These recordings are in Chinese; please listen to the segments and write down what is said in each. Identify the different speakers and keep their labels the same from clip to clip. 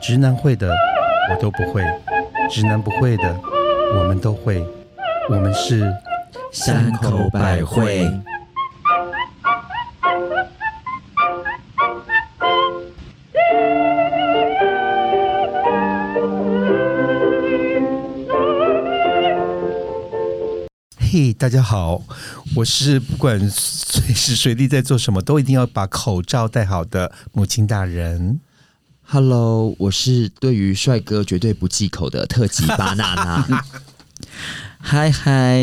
Speaker 1: 直男会的我都不会，直男不会的我们都会，我们是
Speaker 2: 山口百惠。
Speaker 1: 嘿，大家好，我是不管随时随地在做什么，都一定要把口罩戴好的母亲大人。
Speaker 2: Hello，我是对于帅哥绝对不忌口的特级巴娜 娜。
Speaker 3: 嗨嗨，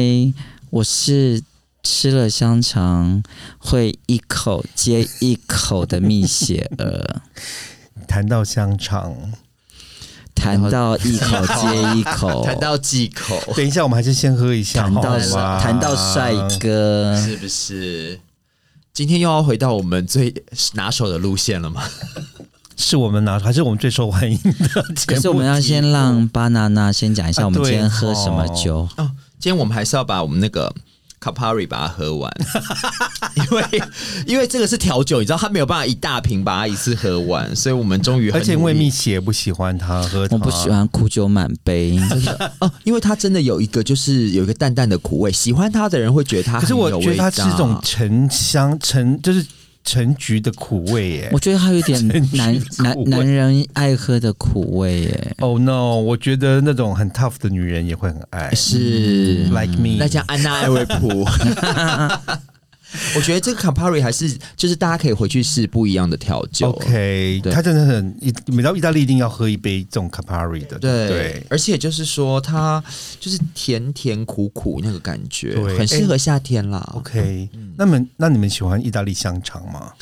Speaker 3: 我是吃了香肠会一口接一口的蜜雪儿，
Speaker 1: 谈到香肠，
Speaker 3: 谈到一口接一口，
Speaker 2: 谈到忌口，
Speaker 1: 等一下我们还是先喝一下
Speaker 3: 谈
Speaker 1: 好
Speaker 3: 到
Speaker 1: 吧，
Speaker 3: 谈到帅哥，
Speaker 2: 是不是？今天又要回到我们最拿手的路线了吗？
Speaker 1: 是我们拿，还是我们最受欢迎的节目？
Speaker 3: 可是我们要先让巴娜娜先讲一
Speaker 1: 啊
Speaker 3: 下我们今
Speaker 1: 对
Speaker 3: 天喝什么
Speaker 1: 哦
Speaker 3: 酒。
Speaker 2: 哦，今天我们还是要把我们那个 Capari 把它喝完， 因为因为这个是调酒，你知道它没有办法一大瓶把它一次喝完，所以我们终于很
Speaker 1: 而且因为
Speaker 2: 努力
Speaker 1: 蜜雪不喜欢他喝它，
Speaker 3: 我不喜欢苦酒满 杯，
Speaker 2: 哦，因为它真的有一个就是有一个淡淡的苦味，喜欢它的人会觉得它
Speaker 1: 可
Speaker 2: 很
Speaker 1: 是
Speaker 2: 有味
Speaker 1: 我
Speaker 2: 道。
Speaker 1: 觉得它是一种沉香沉，就是陈菊的苦味耶
Speaker 3: 我。觉得它有点男
Speaker 1: 苦味
Speaker 3: 男男人爱喝的苦味耶。
Speaker 1: Oh no！我觉得那种很 tough 的女人也会很爱
Speaker 3: 嗯
Speaker 2: 是
Speaker 1: ，like me。
Speaker 2: 那像安娜艾维 普。我觉得这个 Campari 还是就是大家可以回去试不一样的调酒。
Speaker 1: OK，
Speaker 2: 对
Speaker 1: 它真的很，一每到意大利一定要喝一杯这种 Campari 的，对
Speaker 2: 对，
Speaker 1: 不对。
Speaker 2: 而且就是说，它就是甜甜苦苦那个感觉，
Speaker 1: 对
Speaker 2: 很
Speaker 3: 哎
Speaker 2: 适合夏天啦。
Speaker 1: OK，、那
Speaker 2: 嗯
Speaker 1: 么那你们喜欢意大利香肠吗？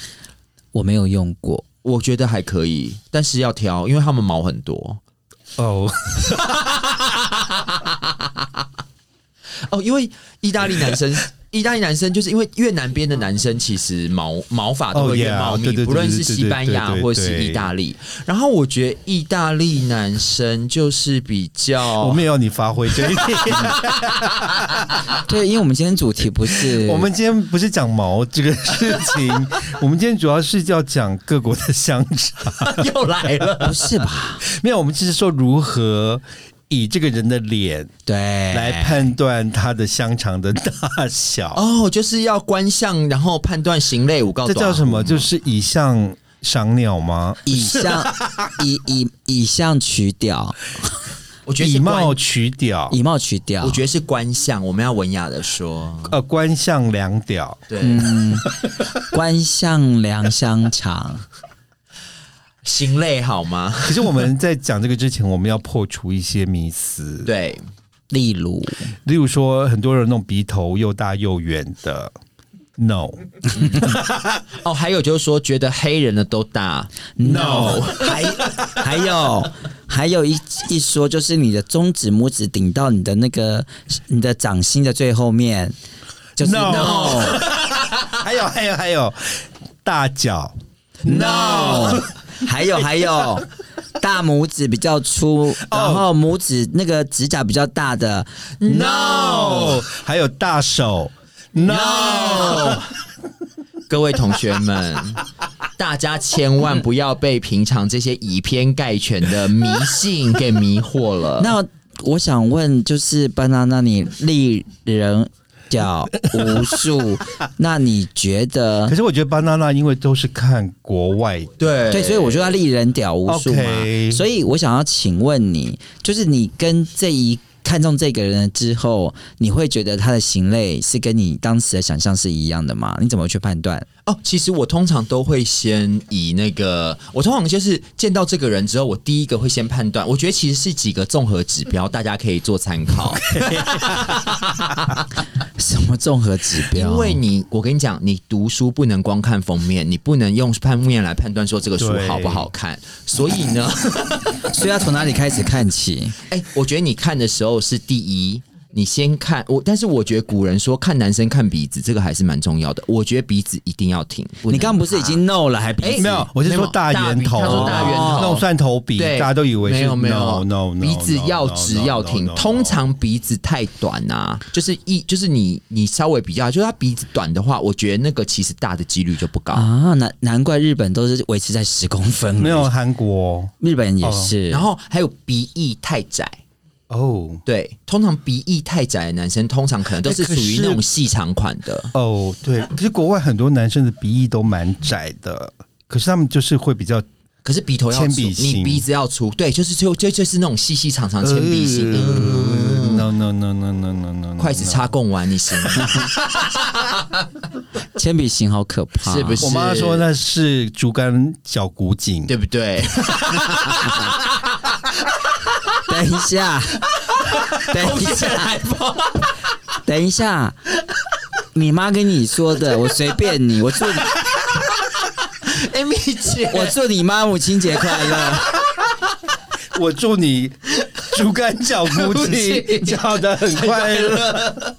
Speaker 3: 我没有用 过，
Speaker 2: 我觉得还可以，但是要挑，因为他们毛很多
Speaker 1: 哦、
Speaker 2: 哦。因为意大利 男生，意大利男生就是因为越南边的男生其实毛毛发都
Speaker 1: 哦
Speaker 2: 会越
Speaker 1: yeah，
Speaker 2: 茂密
Speaker 1: 对对对
Speaker 2: 不论是
Speaker 1: 对对
Speaker 2: 西班牙
Speaker 1: 对对对
Speaker 2: 或是意大利。然后我觉得意大利男生就是比较，
Speaker 1: Oh，我们也要你发挥这一 点。
Speaker 3: 对，因为我们今天主题不 是
Speaker 1: 我们今天不是讲毛这个事情，我们今天主要是要讲各国的香肠。
Speaker 2: 又来了。
Speaker 3: 不是 吧？
Speaker 1: 没有，我们只是说如何以这个人的脸
Speaker 3: 对，
Speaker 2: 哎
Speaker 1: 来判断他的香肠的大小。
Speaker 2: 哦，就是要观相，然后判断行类五告。
Speaker 1: 这叫什么？就是以相赏鸟吗？
Speaker 3: 以象以以以象取屌，
Speaker 2: 我觉得
Speaker 1: 以
Speaker 2: 是观
Speaker 1: 貌啊取屌，
Speaker 3: 以貌取屌。
Speaker 2: 我觉得是观相，我们要文雅的说，
Speaker 1: 呃，观相良屌。
Speaker 2: 对，
Speaker 3: 嗯，观象良香肠，
Speaker 2: 行类好吗？
Speaker 1: 可是我们在讲这个之前，我们要破除一些迷思。
Speaker 2: 对，
Speaker 3: 例如
Speaker 1: 例如说，很多人那种鼻头又大又圆的，no
Speaker 2: 哦，还有就是说，觉得黑人的都大，
Speaker 1: No
Speaker 3: 还还有还有一一说就是你的中指拇指顶到你的那个你的掌心的最后面，就是
Speaker 1: No
Speaker 3: no
Speaker 1: 还有还有还有大脚
Speaker 3: No，还有还有，大拇指比较粗，
Speaker 1: 哦
Speaker 3: 然后拇指那个指甲比较大的
Speaker 1: no，还有大手 no，
Speaker 2: 各位同学们，大家千万不要被平常这些以偏概全的迷信给迷惑了。
Speaker 3: 那我想问，就是班纳，那你立人脚无数，那你觉得
Speaker 1: 可？是我觉得 banana 因为都是看国外
Speaker 2: 对
Speaker 3: 对，所以我就要立人屌无数嘛。
Speaker 1: OK
Speaker 3: 所以我想要请问你，就是你跟这一看中这个人之后，你会觉得他的行类是跟你当时的想象是一样的吗？你怎么去判断？
Speaker 2: 哦，其实我通常都会先以那个，我通常就是见到这个人之后，我第一个会先判断，我觉得其实是几个综合指标，大家可以做参考。
Speaker 3: 什么综合指标？
Speaker 2: 因为你，我跟你讲，你读书不能光看封面，你不能用封面来判断说这个书
Speaker 1: 对
Speaker 2: 好不好看。所以呢，
Speaker 3: 所以要从哪里开始看起？
Speaker 2: 哎、我觉得你看的时候是第一。你先看我，但是我觉得古人说看男生看鼻子，这个还是蛮重要的。我觉得鼻子一定要挺。
Speaker 3: 你刚刚不是已经 no 了，还
Speaker 2: 哎
Speaker 3: 鼻子
Speaker 1: 没有，我是说大圆头，
Speaker 2: 他说
Speaker 3: 大圆头
Speaker 1: 那种蒜头鼻，
Speaker 2: 对
Speaker 1: 大家都以为是
Speaker 2: 没有没有
Speaker 1: no, no, no, no,
Speaker 2: 鼻子
Speaker 1: no,
Speaker 2: 要
Speaker 1: no,
Speaker 2: 直
Speaker 1: no,
Speaker 2: 要
Speaker 1: no,
Speaker 2: 挺
Speaker 1: no, no, no.
Speaker 2: 通常鼻子太短啊，就是一就是你你稍微比较，就是他鼻子短的话，我觉得那个其实大的几率就不高。
Speaker 3: 啊，难难怪日本都是维持在十公分，
Speaker 1: 没有，韩国
Speaker 3: 日本也是。
Speaker 2: 啊哦然后还有鼻翼太窄，
Speaker 1: 哦
Speaker 2: 对，通常鼻翼太窄的男生，通常可能都是
Speaker 1: 哎可
Speaker 2: 属
Speaker 1: 是
Speaker 2: 于那种细长款的。
Speaker 1: 哦，对，可是国外很多男生的鼻翼都蛮窄的，可是他们就是会比较
Speaker 2: 可是鼻头要
Speaker 1: 铅
Speaker 2: 粗，
Speaker 1: 笔型
Speaker 2: 你鼻子要粗，对，就是就就就是那种细细长长铅笔型，
Speaker 1: 呃 no no no no no no no，
Speaker 2: 筷子插贡丸，你行吗？
Speaker 3: 铅笔型好可怕，
Speaker 2: 是不是
Speaker 1: 我妈说那是竹竿脚骨颈，
Speaker 2: 对不 对？
Speaker 3: 等一 下，等一下，等一下，你妈跟你说 的，我随便你，我祝 你，
Speaker 2: 哎，米姐，
Speaker 3: 我祝你妈母亲节快乐。
Speaker 1: 我祝你竹竿脚骨颈叫的很快乐。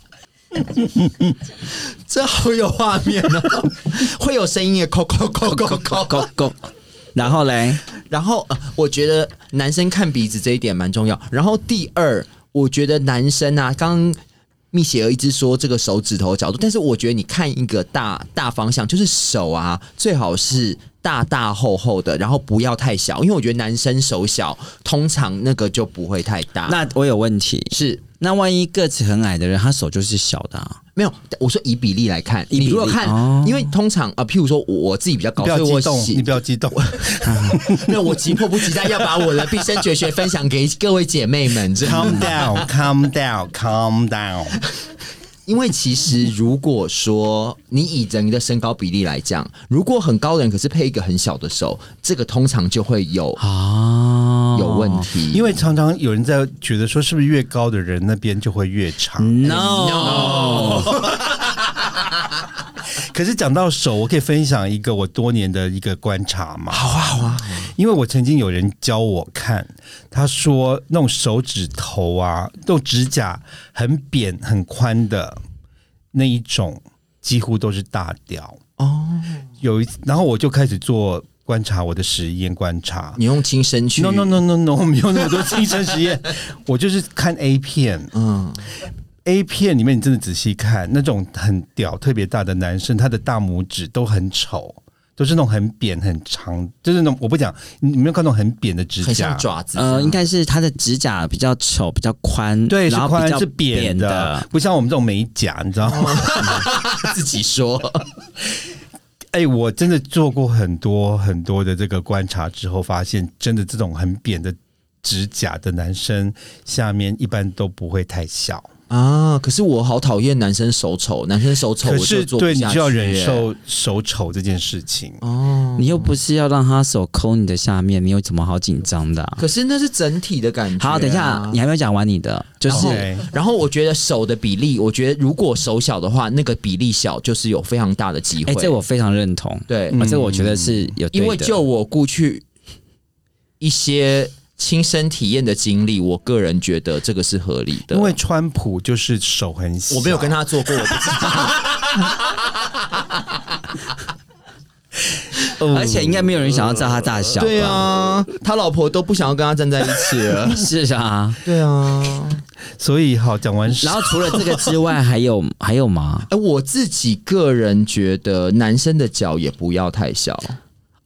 Speaker 2: 这好有画面哦， 会有声音的，扣扣扣扣扣扣。
Speaker 3: Go go，然后嘞，
Speaker 2: 然后、呃我觉得男生看鼻子这一点蛮重要。然后第二，我觉得男生啊，刚刚蜜雪儿一直说这个手指头的角度，但是我觉得你看一个大大方向，就是手啊，最好是。大大厚厚的，然后不要太小，因为我觉得男生手小，通常那个就不会太大。
Speaker 3: 那我有问题，
Speaker 2: 是
Speaker 3: 那万一个子很矮的人，他手就是小的、啊，
Speaker 2: 没有，我说以比例来看，
Speaker 3: 以比例
Speaker 2: 你如果看，
Speaker 3: 哦
Speaker 2: 因为通常啊、呃譬如说我我自己比较高，
Speaker 1: 不
Speaker 2: 所
Speaker 1: 要
Speaker 2: 以我
Speaker 1: 激动，
Speaker 2: 喜
Speaker 1: 你不要激动。
Speaker 2: 那我急迫不及待要把我的毕生绝学分享给各位姐妹们，这
Speaker 1: calm down, calm down, calm down。
Speaker 2: 因为其实如果说你以人的身高比例来讲，如果很高的人可是配一个很小的手，这个通常就会有
Speaker 3: 哦，
Speaker 2: 有问题，
Speaker 1: 因为常常有人在觉得说，是不是越高的人那边就会越长？
Speaker 3: 哎 No，,
Speaker 1: 可是讲到手，我可以分享一个我多年的一个观察嘛。好啊，好啊。因为我曾经有人教我看，他说那种手指头啊，那种指甲很扁很宽的那一种，几乎都是大雕。
Speaker 2: 哦，
Speaker 1: 有一，然后我就开始做观察我的实验观察。
Speaker 2: 你用亲身去
Speaker 1: No no no no no，我没有那么多亲身实验，我就是看 A 片
Speaker 2: 嗯，
Speaker 1: ，A 片里面你真的仔细看，那种很屌、特别大的男生，他的大拇指都很丑，都是那种很扁、很长，就是那种我不讲，你你没有看那种很扁的指
Speaker 2: 很
Speaker 1: 甲
Speaker 2: 像，爪子，
Speaker 3: 呃，应该是他的指甲比较丑，比较宽，
Speaker 1: 对，是
Speaker 3: 然后比
Speaker 1: 宽
Speaker 3: 较
Speaker 1: 是
Speaker 3: 扁
Speaker 1: 扁的，不像我们这种美甲，你知道吗？
Speaker 2: 自己说，
Speaker 1: 哎、我真的做过很多很多的这个观察之后，发现真的这种很扁的指甲的男生，下面一般都不会太小。
Speaker 2: 啊，可是我好讨厌男生手丑，男生手丑
Speaker 1: 可
Speaker 2: 我就是做不
Speaker 1: 对你
Speaker 2: 下去
Speaker 1: 就要忍
Speaker 2: 耶
Speaker 1: 受手丑这件事情。
Speaker 2: 哦。
Speaker 3: 你又不是要让他手抠你的下面，你有什么好紧张的啊、
Speaker 2: 可是那是整体的感觉啊、
Speaker 3: 好，等一下，你还没有讲完你的，就是
Speaker 1: 然后
Speaker 2: 然后我觉得手的比例，我觉得如果手小的话，那个比例小就是有非常大的机会。
Speaker 3: 哎、这我非常认同，
Speaker 2: 对，
Speaker 3: 啊这我觉得是有对的，
Speaker 2: 因为就我过去一些亲身体验的经历，我个人觉得这个是合理的。
Speaker 1: 因为川普就是手很小，
Speaker 2: 我没有跟他做过，我不知道。
Speaker 1: 哦
Speaker 3: 而且应该没有人想要知道他大小，
Speaker 2: 对，啊， 他老婆都不想要跟他站在一起了。
Speaker 3: 是啊。
Speaker 2: 对啊，
Speaker 1: 所以好讲完手
Speaker 3: 然后除了这个之外，还有还有吗？
Speaker 2: 哎，我自己个人觉得男生的脚也不要太小。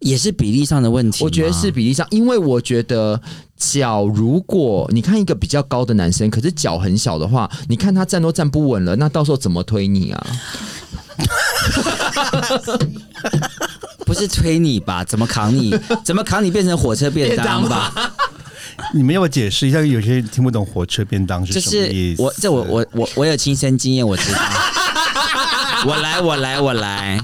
Speaker 3: 也是比例上的问题吗，
Speaker 2: 我觉得是比例上，因为我觉得脚，如果你看一个比较高的男生，可是脚很小的话，你看他站都站不稳了，那到时候怎么推你啊？
Speaker 3: 不是推你吧？怎么扛 你？怎么扛你变成火车便当吧？
Speaker 1: 你们要不要解释一下，有些人听不懂火车便当
Speaker 3: 就是
Speaker 1: 什么
Speaker 3: 是
Speaker 1: 意思。
Speaker 3: 我这我我我我有亲身经验，我知道。 我来我来我来，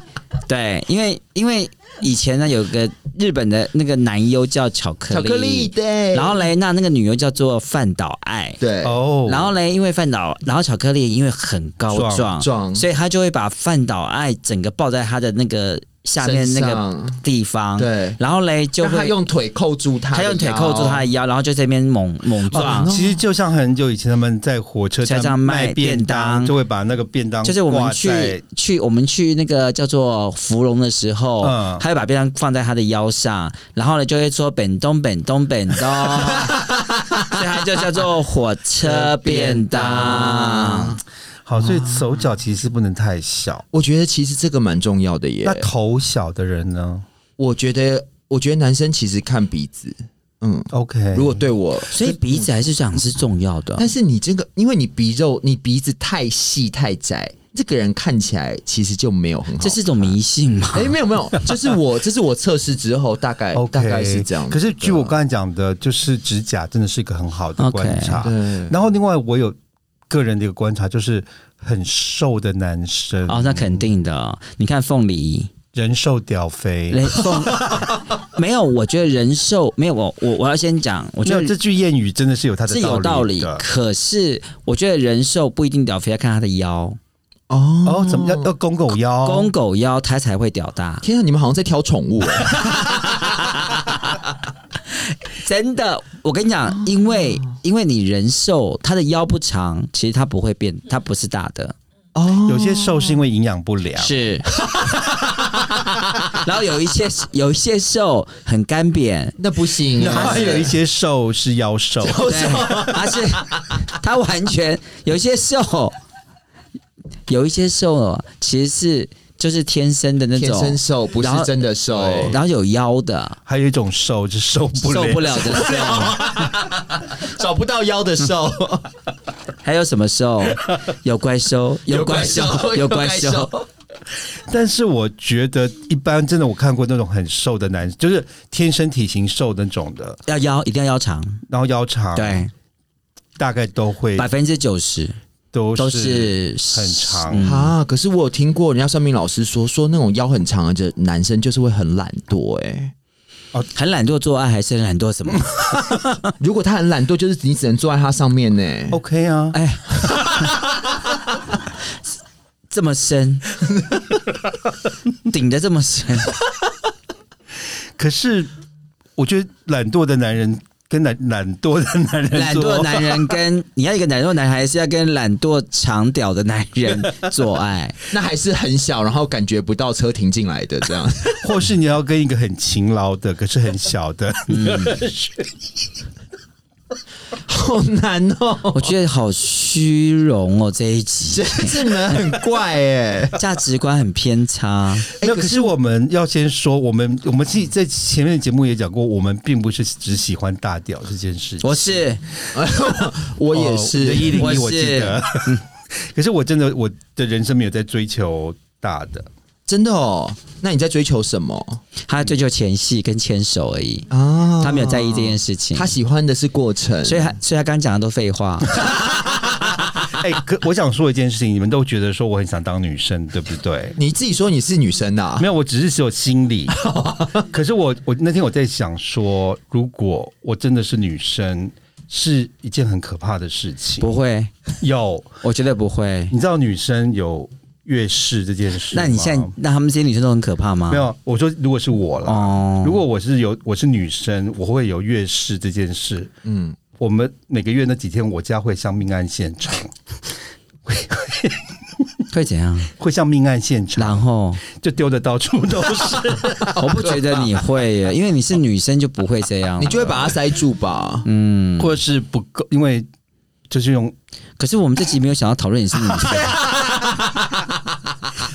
Speaker 3: 对，因为因为以前呢有个日本的那个男优叫巧克
Speaker 2: 巧
Speaker 3: 力，
Speaker 2: 克力对，
Speaker 3: 然后嘞那那个女优叫做饭岛爱。
Speaker 2: 对，
Speaker 1: 哦，
Speaker 3: 然后嘞，因为饭岛，然后巧克力因为很高
Speaker 1: 壮
Speaker 3: 壮，
Speaker 2: 壮
Speaker 3: 所以他就会把饭岛爱整个抱在他的那个下面那
Speaker 2: 身
Speaker 3: 个
Speaker 2: 上
Speaker 3: 地方，
Speaker 2: 对
Speaker 3: 然后嘞就
Speaker 2: 就
Speaker 3: 会
Speaker 2: 他用啊腿扣住他，
Speaker 3: 他用腿扣住他的，腰，然后就在那边猛
Speaker 2: 哦
Speaker 3: 猛撞。
Speaker 1: 啊其实就像很久以前他们在火车
Speaker 3: 车站
Speaker 1: 站
Speaker 3: 卖
Speaker 1: 卖便
Speaker 3: 便当
Speaker 1: 当，就会把那个便当
Speaker 3: 就是我
Speaker 1: 挂
Speaker 3: 们
Speaker 1: 在
Speaker 3: 去去我们去那个叫做芙蓉的时候，
Speaker 1: 嗯
Speaker 3: 他会把便当放在他的腰上，然后呢就会说本东本东本东， 所以它就叫做火车便当。
Speaker 1: 好，所以
Speaker 3: 啊
Speaker 1: 手脚其实不能太小。
Speaker 2: 我觉得其实这个蛮重要的耶
Speaker 1: 那。头小的人呢
Speaker 2: 我觉得，我觉得男生其实看鼻子，嗯，
Speaker 1: ？OK，
Speaker 2: 如果对我，
Speaker 3: 所以鼻子还是讲是重要的
Speaker 2: 但。是你这个，因为你鼻肉，你鼻子太细太窄，这个人看起来其实就没有很好。
Speaker 3: 这是一种迷信嘛？
Speaker 2: 哎、没有没有，这是我这是我测试之后大概
Speaker 1: OK，
Speaker 2: 大概是这样。
Speaker 1: 可是据我
Speaker 2: 对啊
Speaker 1: 刚才讲的，就是指甲真的是一个很好的
Speaker 3: OK，
Speaker 1: 观察。
Speaker 2: 对
Speaker 1: 然后另外我有个人的一个观察，就是很瘦的男生
Speaker 3: 哦，那肯定的。你看凤梨，
Speaker 1: 人瘦屌肥。
Speaker 3: 人凤 没有，我觉得人瘦没有。我我我要先讲，我
Speaker 1: 我
Speaker 3: 觉
Speaker 1: 觉
Speaker 3: 得
Speaker 1: 得这句谚语真的是有它的
Speaker 3: 是有道理
Speaker 1: 的，
Speaker 3: 可是我觉得人瘦不一定屌肥，要看他的腰，
Speaker 2: 哦
Speaker 1: 哦，怎么要要公狗腰？
Speaker 3: 公狗腰他才会屌大，
Speaker 2: 天啊，你们好像在挑宠物、哎
Speaker 3: 真的。我跟你讲，因为因为你人瘦，他的腰不长，其实他不会变，他不是大 的，
Speaker 2: 哦，
Speaker 1: 有些瘦是因为营养不良，
Speaker 3: 是。然后有一些有一些瘦很干扁，
Speaker 2: 那不行、
Speaker 1: 然后
Speaker 2: 啊，
Speaker 1: 还有一些瘦是腰 瘦。
Speaker 3: 对，他是他完全有一些瘦，有一些瘦其实是就是天生的那
Speaker 2: 天
Speaker 3: 种，
Speaker 2: 生瘦不是
Speaker 3: 然后
Speaker 2: 真的瘦。
Speaker 3: 然后有腰的，
Speaker 1: 还有一种瘦是受不了，
Speaker 3: 受不了的瘦，
Speaker 2: 找不到腰的瘦，
Speaker 3: 还有什么瘦？有怪兽，有怪兽，有怪兽。，
Speaker 1: 但是我觉得一般真的，我看过那种很瘦的男，就是天生体型瘦那种的，
Speaker 3: 要腰一定要腰长，
Speaker 1: 然后腰长，，
Speaker 3: 对，
Speaker 1: 大概都会
Speaker 3: 百分之九十
Speaker 1: 都
Speaker 3: 都
Speaker 1: 是
Speaker 3: 是
Speaker 1: 很长
Speaker 3: 嗯
Speaker 2: 啊！可是我有听过人家算命老师说，说那种腰很长的男生就是会很懒惰、欸
Speaker 3: 很懒惰做爱还是很懒惰什么？
Speaker 2: 哎，如果他很懒惰，就是你只能坐在他上面呢、
Speaker 1: OK 啊。
Speaker 3: 哎， 这么深，顶的这么深，
Speaker 1: 可是我觉得懒惰的男人跟懒懒惰的男人做，
Speaker 3: 懒惰男人跟你要一个懒惰男孩，还是要跟懒惰长屌的男人做爱？
Speaker 2: 那还是很小，然后感觉不到车停进来的这样。
Speaker 1: 或是你要跟一个很勤劳的，可是很小 的，
Speaker 3: 嗯
Speaker 2: 好难哦，
Speaker 3: 我觉得好虚荣哦，这一集
Speaker 2: 这这你们很怪哎、
Speaker 3: 价值观很偏差。
Speaker 1: 没有。可是我们要先说，我们我们自
Speaker 3: 嗯
Speaker 1: 己在前面的节目也讲过，我们并不是只喜欢大屌这件事情。
Speaker 3: 我是
Speaker 2: 我也
Speaker 1: 哦
Speaker 2: 是，
Speaker 1: 一零
Speaker 3: 我
Speaker 1: 一
Speaker 3: 是嗯
Speaker 1: 我记得。 可是我真的我的人生没有在追求大 的，
Speaker 2: 真的哦。那你在追求什么
Speaker 3: 他追求前戏跟牵手而已，
Speaker 2: 啊？
Speaker 3: 他没有在意这件事情。
Speaker 2: 哦他喜欢的是过程，
Speaker 3: 所以他所以他刚讲的都废话，
Speaker 1: 哎、可我想说一件事情，你们都觉得说我很想当女生，对不对？
Speaker 2: 你自己说你是女生啊呐、
Speaker 1: 没有，我只是只有心 理。可是我我那天我在想说，如果我真的是女生，是一件很可怕的事情。
Speaker 3: 不会，
Speaker 1: 有，
Speaker 3: 我觉得不会。
Speaker 1: 你知道女生有月事这件事吗？
Speaker 3: 那你现在那他们这些女生都很可怕吗？
Speaker 1: 没有？我说如果是我了，
Speaker 3: 哦，
Speaker 1: 如果我是有我是女生，我会有月事这件事。
Speaker 2: 嗯，
Speaker 1: 我们每个月那几天，我家会像命案现 场，
Speaker 3: 会怎样？
Speaker 1: 会像命案现场，
Speaker 3: 然后
Speaker 1: 就丢的到处都是。
Speaker 3: 我不觉得你会耶，因为你是女生就不会这样，
Speaker 2: 你就会把它塞住吧？
Speaker 3: 嗯。
Speaker 1: 或是不够，因为就是用
Speaker 3: 可是我们这集没有想要讨论你是女生，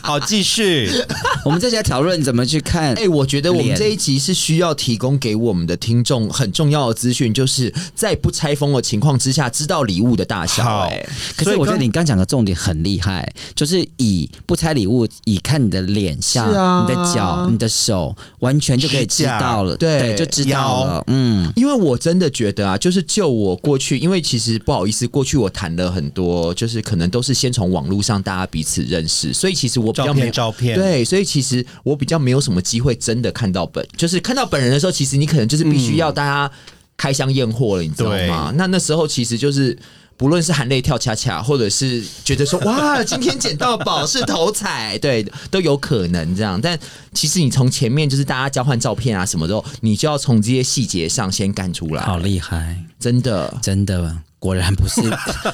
Speaker 1: 好继续。
Speaker 3: 我们这集要讨论怎么去看
Speaker 2: 哎、。我觉得我们
Speaker 3: 脸
Speaker 2: 这一集是需要提供给我们的听众很重要的资讯，就是在不拆封的情况之下，知道礼物的大小、
Speaker 1: 好
Speaker 2: 哎，
Speaker 3: 可
Speaker 1: 所
Speaker 3: 是
Speaker 1: 以
Speaker 3: 我觉得
Speaker 1: 刚
Speaker 3: 你刚讲的重点很厉害，就是以不拆礼物，以看你的脸相、
Speaker 2: 是啊
Speaker 3: 你的脚、你的手，完全就可以知
Speaker 1: 指甲
Speaker 3: 道了，
Speaker 2: 对
Speaker 3: 就知道了。嗯，
Speaker 2: 因为我真的觉得啊，就是就我过去，因为其实不好意思，过去我谈了很多，就是可能都是先从网络上大家彼此认识，所以其实我比
Speaker 1: 照
Speaker 2: 较没有
Speaker 1: 片，照片，，
Speaker 2: 对，所以其实
Speaker 1: 嗯
Speaker 2: 我比较没有什么机会真的看到本，就是看到本人的时候，其实你可能就是必须要大家开箱验货了，你知道吗？啊那那时候其实就是。不论是含泪跳恰恰，或者是觉得说哇，今天捡到宝是头彩，对，都有可能这样。但其实你从前面就是大家交换照片啊什么的时候，你就要从这些细节上先干出来，
Speaker 3: 好厉害，
Speaker 2: 真的。
Speaker 3: 真的，果然不 是，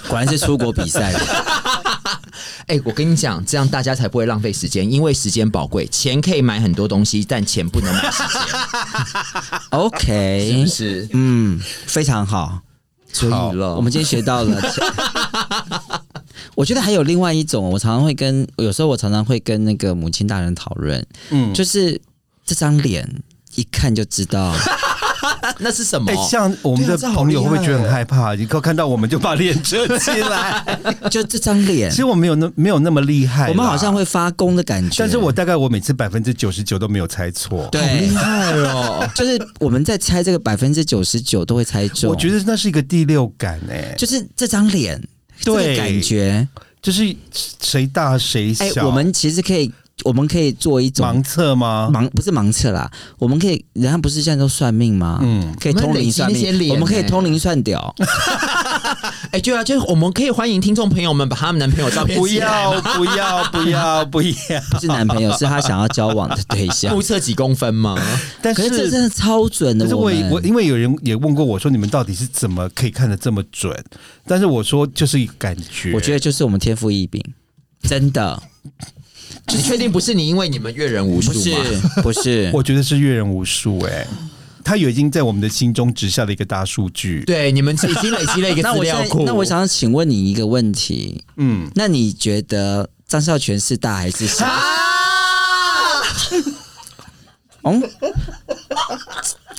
Speaker 3: 果然是出国比赛的，
Speaker 2: 哎、我跟你讲，这样大家才不会浪费时间，因为时间宝贵，钱可以买很多东西，但钱不能买时间，是
Speaker 3: OK，
Speaker 2: 不是？
Speaker 3: 嗯，非常好。
Speaker 2: 所以了，
Speaker 3: 我们今天学到了。 我觉得还有另外一种，我常常会跟，有时候我常常会跟那个母亲大人讨论，
Speaker 1: 嗯，
Speaker 3: 就是这张脸一看就知道，
Speaker 2: 啊那是什么
Speaker 1: 哎、？像我们的
Speaker 2: 对啊这好
Speaker 1: 朋友
Speaker 2: 厉
Speaker 1: 会
Speaker 2: 害
Speaker 1: 不会觉得很害怕？你看看到我们就把脸遮起 来。
Speaker 3: 就这张脸
Speaker 1: 其，实我没有那没有那么厉害啦，
Speaker 3: 我们好像会发功的感觉。
Speaker 1: 啊但是我大概我每次百分之九十九都没有猜错。
Speaker 3: 对，啊
Speaker 2: 害哦！
Speaker 3: 就是我们在猜这个百分之九十九都会猜中。
Speaker 1: 我觉
Speaker 3: 得
Speaker 1: 得那是一个第六感哎、
Speaker 3: 哦就是这张脸，
Speaker 1: 对
Speaker 3: 这个感觉。
Speaker 1: 就是谁大谁
Speaker 3: 哎、
Speaker 1: 小。
Speaker 3: 我们其实可以，我们可以做一种
Speaker 1: 盲测吗？
Speaker 2: 哦
Speaker 3: 盲不是盲测啦，我们可以，人家不是现在都算命吗？
Speaker 1: 嗯
Speaker 3: 嗯，可以通灵算
Speaker 2: 我们累积那些
Speaker 3: 命，
Speaker 2: 脸
Speaker 3: 我们可以
Speaker 2: 欸
Speaker 3: 通灵算屌，
Speaker 2: 哎、对啊，就是我们可以欢迎听众朋友们把他们男朋友照片
Speaker 1: 不
Speaker 2: 寄 来
Speaker 1: 要不要不要不要！
Speaker 3: 不是男朋 友，是他想要交往的对象
Speaker 2: 目。测几公分吗？
Speaker 1: 但
Speaker 3: 可是这
Speaker 1: 是
Speaker 3: 真的超准的，
Speaker 1: 可是我
Speaker 3: 我
Speaker 1: 也
Speaker 3: 们
Speaker 1: 我因为有人也问过我说你们到底是怎么可以看得这么准？但是我说就是一个感觉，
Speaker 3: 我觉得就是我们天赋异禀，真的
Speaker 2: 你确定不是你因为你们阅人无数
Speaker 3: 不是
Speaker 2: 吗？
Speaker 3: 不 是，
Speaker 1: 我觉得是阅人无数哎、他已经在我们的心中植下了一个大数据。
Speaker 2: 对，你们已经累积了一个
Speaker 3: 那
Speaker 2: 资
Speaker 3: 我现
Speaker 2: 料
Speaker 3: 在
Speaker 2: 库。
Speaker 3: 那我想要请问你一个问题，
Speaker 1: 嗯，
Speaker 3: 那你觉得张孝全是大还是小？
Speaker 2: 啊，
Speaker 3: 嗯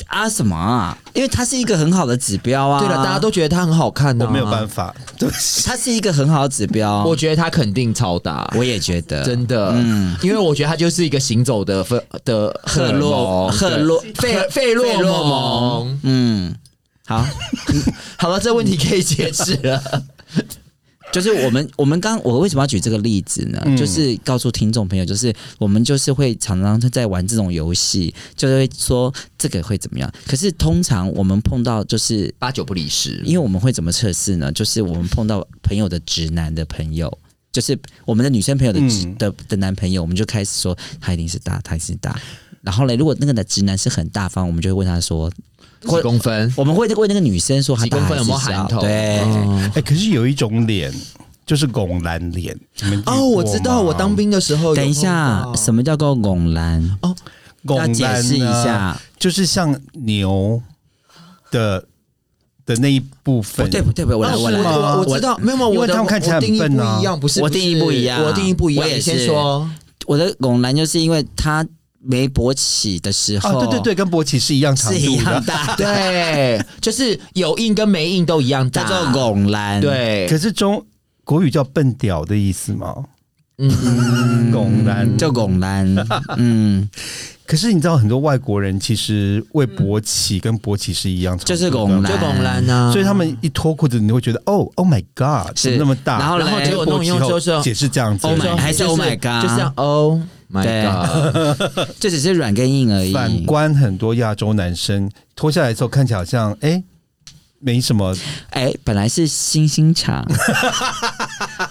Speaker 3: 啊什么啊？因为它是一个很好的指标啊。
Speaker 2: 对了，大家都觉得他很好看呢、
Speaker 1: 我没有办
Speaker 2: 法，
Speaker 1: 法，对，
Speaker 3: 它是一个很好的指标。
Speaker 2: 我
Speaker 3: 我
Speaker 2: 觉得他肯定超大。
Speaker 3: 我也觉得，
Speaker 2: 真的，嗯，因为我觉得他就是一个行走的荷的荷
Speaker 3: 赫洛赫洛
Speaker 2: 费费洛
Speaker 3: 费洛
Speaker 2: 蒙。
Speaker 3: 嗯， 好，
Speaker 2: 好了，这问题可以解释了。
Speaker 3: 就是我们 我们刚我为什么要举这个例子呢？
Speaker 1: 嗯
Speaker 3: 就是告诉听众朋友，就是我们就是会常常在玩这种游戏，就是会说这个会怎么样。可是通常我们碰到就是
Speaker 2: 八九不离十，
Speaker 3: 因为我们会怎么测试呢？就是我们碰到朋友的直男的朋友，就是我们的女生朋友的直、
Speaker 1: 嗯
Speaker 3: 的的男朋友，我们就开始说他一定是大，他一定是大。然后嘞，如果那个的直男是很大方，我们就会问他说，
Speaker 2: 几公分，
Speaker 3: 我们会问那个女生说他
Speaker 2: 几
Speaker 3: 大
Speaker 2: 公
Speaker 3: 还
Speaker 2: 分有
Speaker 3: 是
Speaker 2: 没有
Speaker 3: 小
Speaker 2: 含头？
Speaker 3: 对，
Speaker 2: 嗯
Speaker 1: 哎、可是有一种脸就是拱蓝脸，你们遇
Speaker 2: 哦，我知
Speaker 1: 过吗
Speaker 2: 道，我当兵的时哦候有碰到。
Speaker 3: 等一下，什么叫做拱蓝？
Speaker 1: 拱
Speaker 3: 要
Speaker 2: 啊
Speaker 1: 蓝
Speaker 3: 解
Speaker 1: 呢
Speaker 3: 释一，下。
Speaker 1: 就是像牛的的那一部分，啊
Speaker 3: 不对不对不对，我来
Speaker 2: 哦
Speaker 3: 我
Speaker 2: 是
Speaker 3: 来，
Speaker 2: 我我知道，没有没有，
Speaker 1: 因为
Speaker 2: 我的
Speaker 1: 他们看起来
Speaker 2: 我定义
Speaker 1: 很笨啊
Speaker 2: 不一样，不是
Speaker 3: 我定义不
Speaker 2: 是
Speaker 3: 一样
Speaker 2: 我定义不一样。
Speaker 3: 我也
Speaker 2: 你先
Speaker 3: 是
Speaker 2: 说，
Speaker 3: 我的拱蓝就是因为他没勃起的时
Speaker 1: 啊，
Speaker 3: 候，
Speaker 2: 哦
Speaker 1: 对对对，跟勃起是一样长
Speaker 3: 是
Speaker 1: 度
Speaker 3: 一
Speaker 1: 的
Speaker 3: 样。 大，
Speaker 2: 对，就是有印跟没印都一样
Speaker 3: 叫
Speaker 2: 大。
Speaker 3: 做拱蓝。，
Speaker 2: 对
Speaker 1: 可，是中国语叫笨屌的意思吗？
Speaker 2: 嗯，
Speaker 1: 拱蓝
Speaker 3: 叫拱蓝。 嗯，
Speaker 1: 可是你知道很多外国人其实为勃起跟勃起是一样长度的，
Speaker 3: 就是拱蓝
Speaker 2: 就拱蓝啊，
Speaker 1: 所以他们一脱裤子，你会觉得哦，Oh my God，
Speaker 3: 是
Speaker 1: 怎么那么大？
Speaker 3: 然后嘞
Speaker 1: 然后结果
Speaker 2: 然后
Speaker 1: 勃
Speaker 2: 弄
Speaker 1: 起
Speaker 2: 用
Speaker 1: 后
Speaker 2: 就是
Speaker 1: 解释这样子
Speaker 3: Oh my-
Speaker 2: 就
Speaker 3: 还是
Speaker 2: 就
Speaker 3: Oh my God
Speaker 2: 就像 Oh my God，
Speaker 3: 这只是软跟硬而已。
Speaker 1: 反观很多亚洲男生脱下来之后，看起来好像哎、没什么，
Speaker 3: 哎，本来是星星 肠，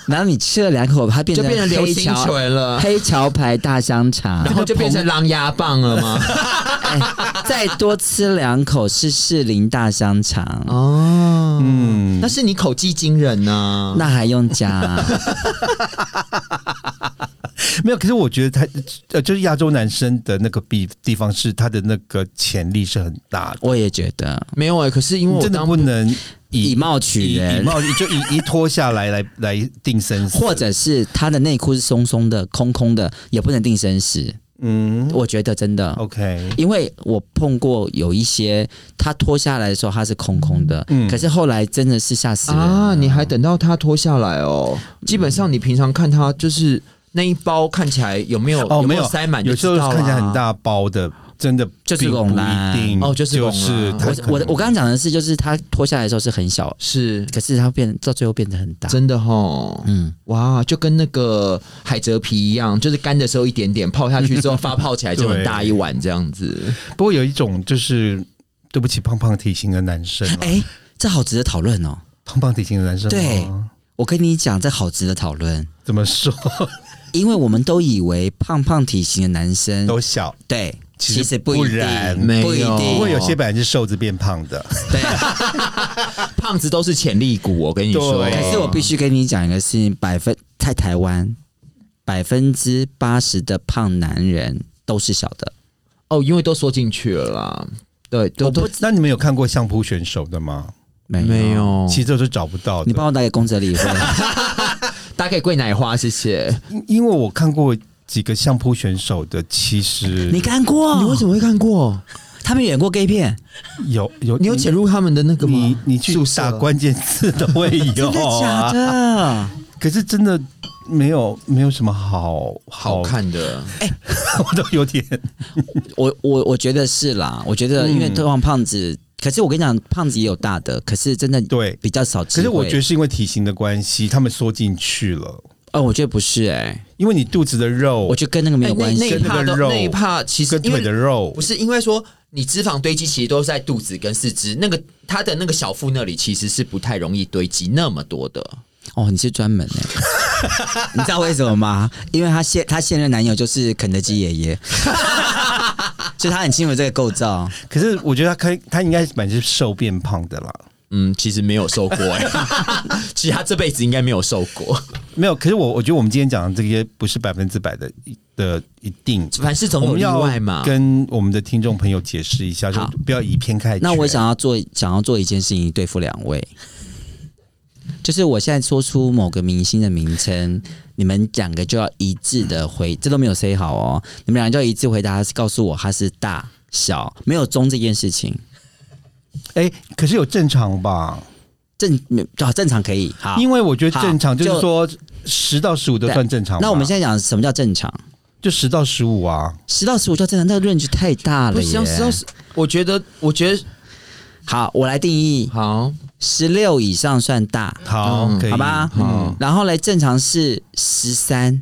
Speaker 3: 然后你吃了两口，它变
Speaker 2: 就
Speaker 3: 成
Speaker 2: 变成流
Speaker 3: 黑
Speaker 2: 星啊
Speaker 3: 桥
Speaker 2: 拳了，
Speaker 3: 黑桥牌大香肠
Speaker 2: 然，后就变成狼牙棒 了吗？
Speaker 3: 再多吃两口是士林大香肠。
Speaker 2: 哦，
Speaker 1: 嗯
Speaker 2: 那是你口技惊人呢。
Speaker 3: 那还用加、啊？
Speaker 1: 没有。可是我觉得他呃，就是亚洲男生的那个比地方是他的那个潜力是很大的，
Speaker 3: 我也觉得
Speaker 2: 没有哎，可是因为
Speaker 1: 你
Speaker 2: 我
Speaker 1: 真的
Speaker 2: 当
Speaker 1: 不能
Speaker 3: 哦以
Speaker 1: 以
Speaker 3: 貌取
Speaker 1: 以以
Speaker 3: 人，
Speaker 1: 貌就以一脱下来来来定生死，
Speaker 3: 或者是他的内裤是松松的、空空的，也不能定生死。
Speaker 1: 嗯
Speaker 3: 我觉得真的，
Speaker 1: ，OK，
Speaker 3: 因为我碰过有一些他脱下来的时候他是空空的，
Speaker 1: 嗯
Speaker 3: 可是后来真的是吓死人
Speaker 2: 啊，你还等到它脱下来哦？基本上你平常看它就是那一包看起来有没有
Speaker 1: 哦，没
Speaker 2: 有塞满，
Speaker 1: 有时候看起来很。大包的，真的
Speaker 3: 啊就是
Speaker 1: 并不
Speaker 3: 拱
Speaker 1: 一
Speaker 3: 蓝
Speaker 1: 定
Speaker 2: 哦就是
Speaker 1: 就
Speaker 2: 拱
Speaker 1: 是
Speaker 2: 蓝
Speaker 1: 它
Speaker 3: 我
Speaker 1: 可
Speaker 3: 我的
Speaker 1: 能
Speaker 3: 我刚刚讲的是，就是他脱下来的时候是很小，
Speaker 2: 是
Speaker 3: 可是他变到最后变得很大。
Speaker 2: 真的吼，
Speaker 3: 嗯，
Speaker 2: 哇，就跟那个海蜇皮一样，就是干的时候一点点，泡下去之后发泡起来就很大一碗这样子。
Speaker 1: 不过有一种就是对不起胖胖体型的男生哦、
Speaker 3: 哎，这好值得讨论哦。
Speaker 1: 胖胖体型的男生、哦、
Speaker 3: 对，我跟你讲，这好值得讨论，
Speaker 1: 怎么说
Speaker 3: 因为我们都以为胖胖体型的男生
Speaker 1: 都小，
Speaker 3: 对，
Speaker 1: 其
Speaker 3: 其
Speaker 1: 实
Speaker 3: 实不一
Speaker 1: 不然
Speaker 3: 定，
Speaker 2: 没
Speaker 3: 不一
Speaker 2: 有
Speaker 3: 定。
Speaker 1: 不过有些本来是瘦子变胖的，
Speaker 3: 对，
Speaker 2: 胖子都是潜力股，我跟你说。
Speaker 1: 对
Speaker 3: 可是我必须跟你讲一个事情，百分在台湾百分之八十的胖男人都是小的，
Speaker 2: 哦，因为都缩进去了啦。对，都都
Speaker 1: 那你们有看过相扑选手的吗？
Speaker 3: 没有。
Speaker 2: 没有。
Speaker 1: 其实这都找不到的。
Speaker 3: 哦你帮我打给宫泽理惠，
Speaker 2: 大家可以跪奶花，谢谢。
Speaker 1: 因因为我看过几个相扑选手的，其实
Speaker 3: 你看过？
Speaker 2: 么会看过？
Speaker 3: 他们演过 gay 片？
Speaker 1: 有有
Speaker 2: 你有潜入他们的那个
Speaker 1: 你
Speaker 2: 吗？
Speaker 1: 你去
Speaker 2: 宿舍
Speaker 1: 打关键字都会有
Speaker 3: 真的
Speaker 1: 啊
Speaker 3: 假，的？
Speaker 1: 可是真的没有没有什么好
Speaker 2: 好，看的，
Speaker 1: 我都有点
Speaker 3: 我我我觉得是啦，我觉得因为
Speaker 1: 嗯
Speaker 3: 对方胖子，可是我跟你讲，胖子也有大的，可是真的
Speaker 1: 对。
Speaker 3: 比较少智 慧。
Speaker 1: 可是我觉得是因为体型的关系，他们缩进去了，
Speaker 3: 哦，我觉得不是哎、
Speaker 1: 因为你肚子的肉，
Speaker 3: 我觉得跟那个没有
Speaker 2: 哎
Speaker 3: 关
Speaker 2: 那
Speaker 3: 系
Speaker 2: 那一。趴的
Speaker 1: 跟那个肉
Speaker 2: 那一趴，其实
Speaker 1: 跟
Speaker 2: 因
Speaker 1: 腿的
Speaker 2: 为
Speaker 1: 肉
Speaker 2: 不是因为说你脂肪堆积，其实都是在肚子跟四肢，那个他的那个小腹那里其实是不太容易堆积那么多的。
Speaker 3: 哦，你是专门哎、 你知道为什么吗？因为她现她现任男友就是肯德基爷爷，所以她很清楚这个构造。
Speaker 1: 可是我觉得他可以，他应该蛮是瘦变胖的啦。
Speaker 2: 嗯，其实没 有瘦过哎、其实他这辈子应该没有瘦过。
Speaker 1: 没有，可是我我觉得我们今天讲的这些不是百分之百的的一定，
Speaker 2: 凡事总
Speaker 1: 我
Speaker 2: 有
Speaker 1: 们
Speaker 2: 例
Speaker 1: 要
Speaker 2: 外嘛。
Speaker 1: 跟我们的听众朋友解释一下，就
Speaker 3: 好
Speaker 1: 不要以偏概全。
Speaker 3: 那我想要做想要做一件事情对付两位，就是我现在说出某个明星的名称，你们两个就要一致的回，这都没有 say 好哦，你们两个就要一致回答，告诉我他是大小，没有中这件事情，
Speaker 1: 哎、可是有正常吧？
Speaker 3: 正好正常可以好。
Speaker 1: 因为我觉得正常
Speaker 3: 好
Speaker 1: 就是说十到十五都算正常吧。
Speaker 3: 那我们现在讲什么叫正常？
Speaker 1: 就十到十五啊，
Speaker 3: 十到十五叫正常，那个 range 太大了
Speaker 2: 不行，
Speaker 3: 耶。
Speaker 2: 要是我觉得，我觉得
Speaker 3: 好，我来定义，
Speaker 2: 好，
Speaker 3: 十六以上算大，
Speaker 1: 好，嗯
Speaker 2: 嗯
Speaker 1: 可以，
Speaker 3: 好吧？
Speaker 1: 好，
Speaker 3: 然后来正常是十三，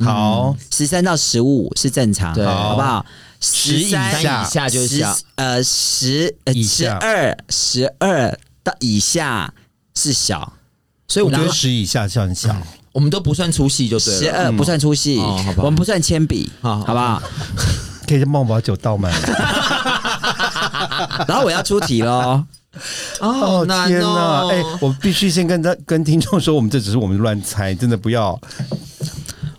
Speaker 1: 好，
Speaker 3: 十三到十五是正常，
Speaker 2: 哦对
Speaker 3: 好不好？
Speaker 1: 10以
Speaker 3: 13
Speaker 1: 下
Speaker 2: 以下就是下
Speaker 3: 10呃十呃
Speaker 1: 以
Speaker 3: 十
Speaker 1: 下
Speaker 3: 二十二到以下是小，
Speaker 2: 所以
Speaker 1: 我
Speaker 2: 我
Speaker 1: 觉
Speaker 2: 觉
Speaker 1: 得
Speaker 2: 得
Speaker 1: 十以下算小，
Speaker 2: 我们都不算粗细就对了。
Speaker 3: 十二不算粗细，
Speaker 2: 哦好吧
Speaker 3: 我们不算铅笔，
Speaker 2: 好
Speaker 3: 好不 好？
Speaker 1: 可以帮我把酒倒满。
Speaker 3: 然后我要出题喽，
Speaker 2: 哦，难
Speaker 1: 天
Speaker 2: 哦！
Speaker 1: 哎，我必须先跟他跟听众说，我们这只是我们乱猜，真的不要。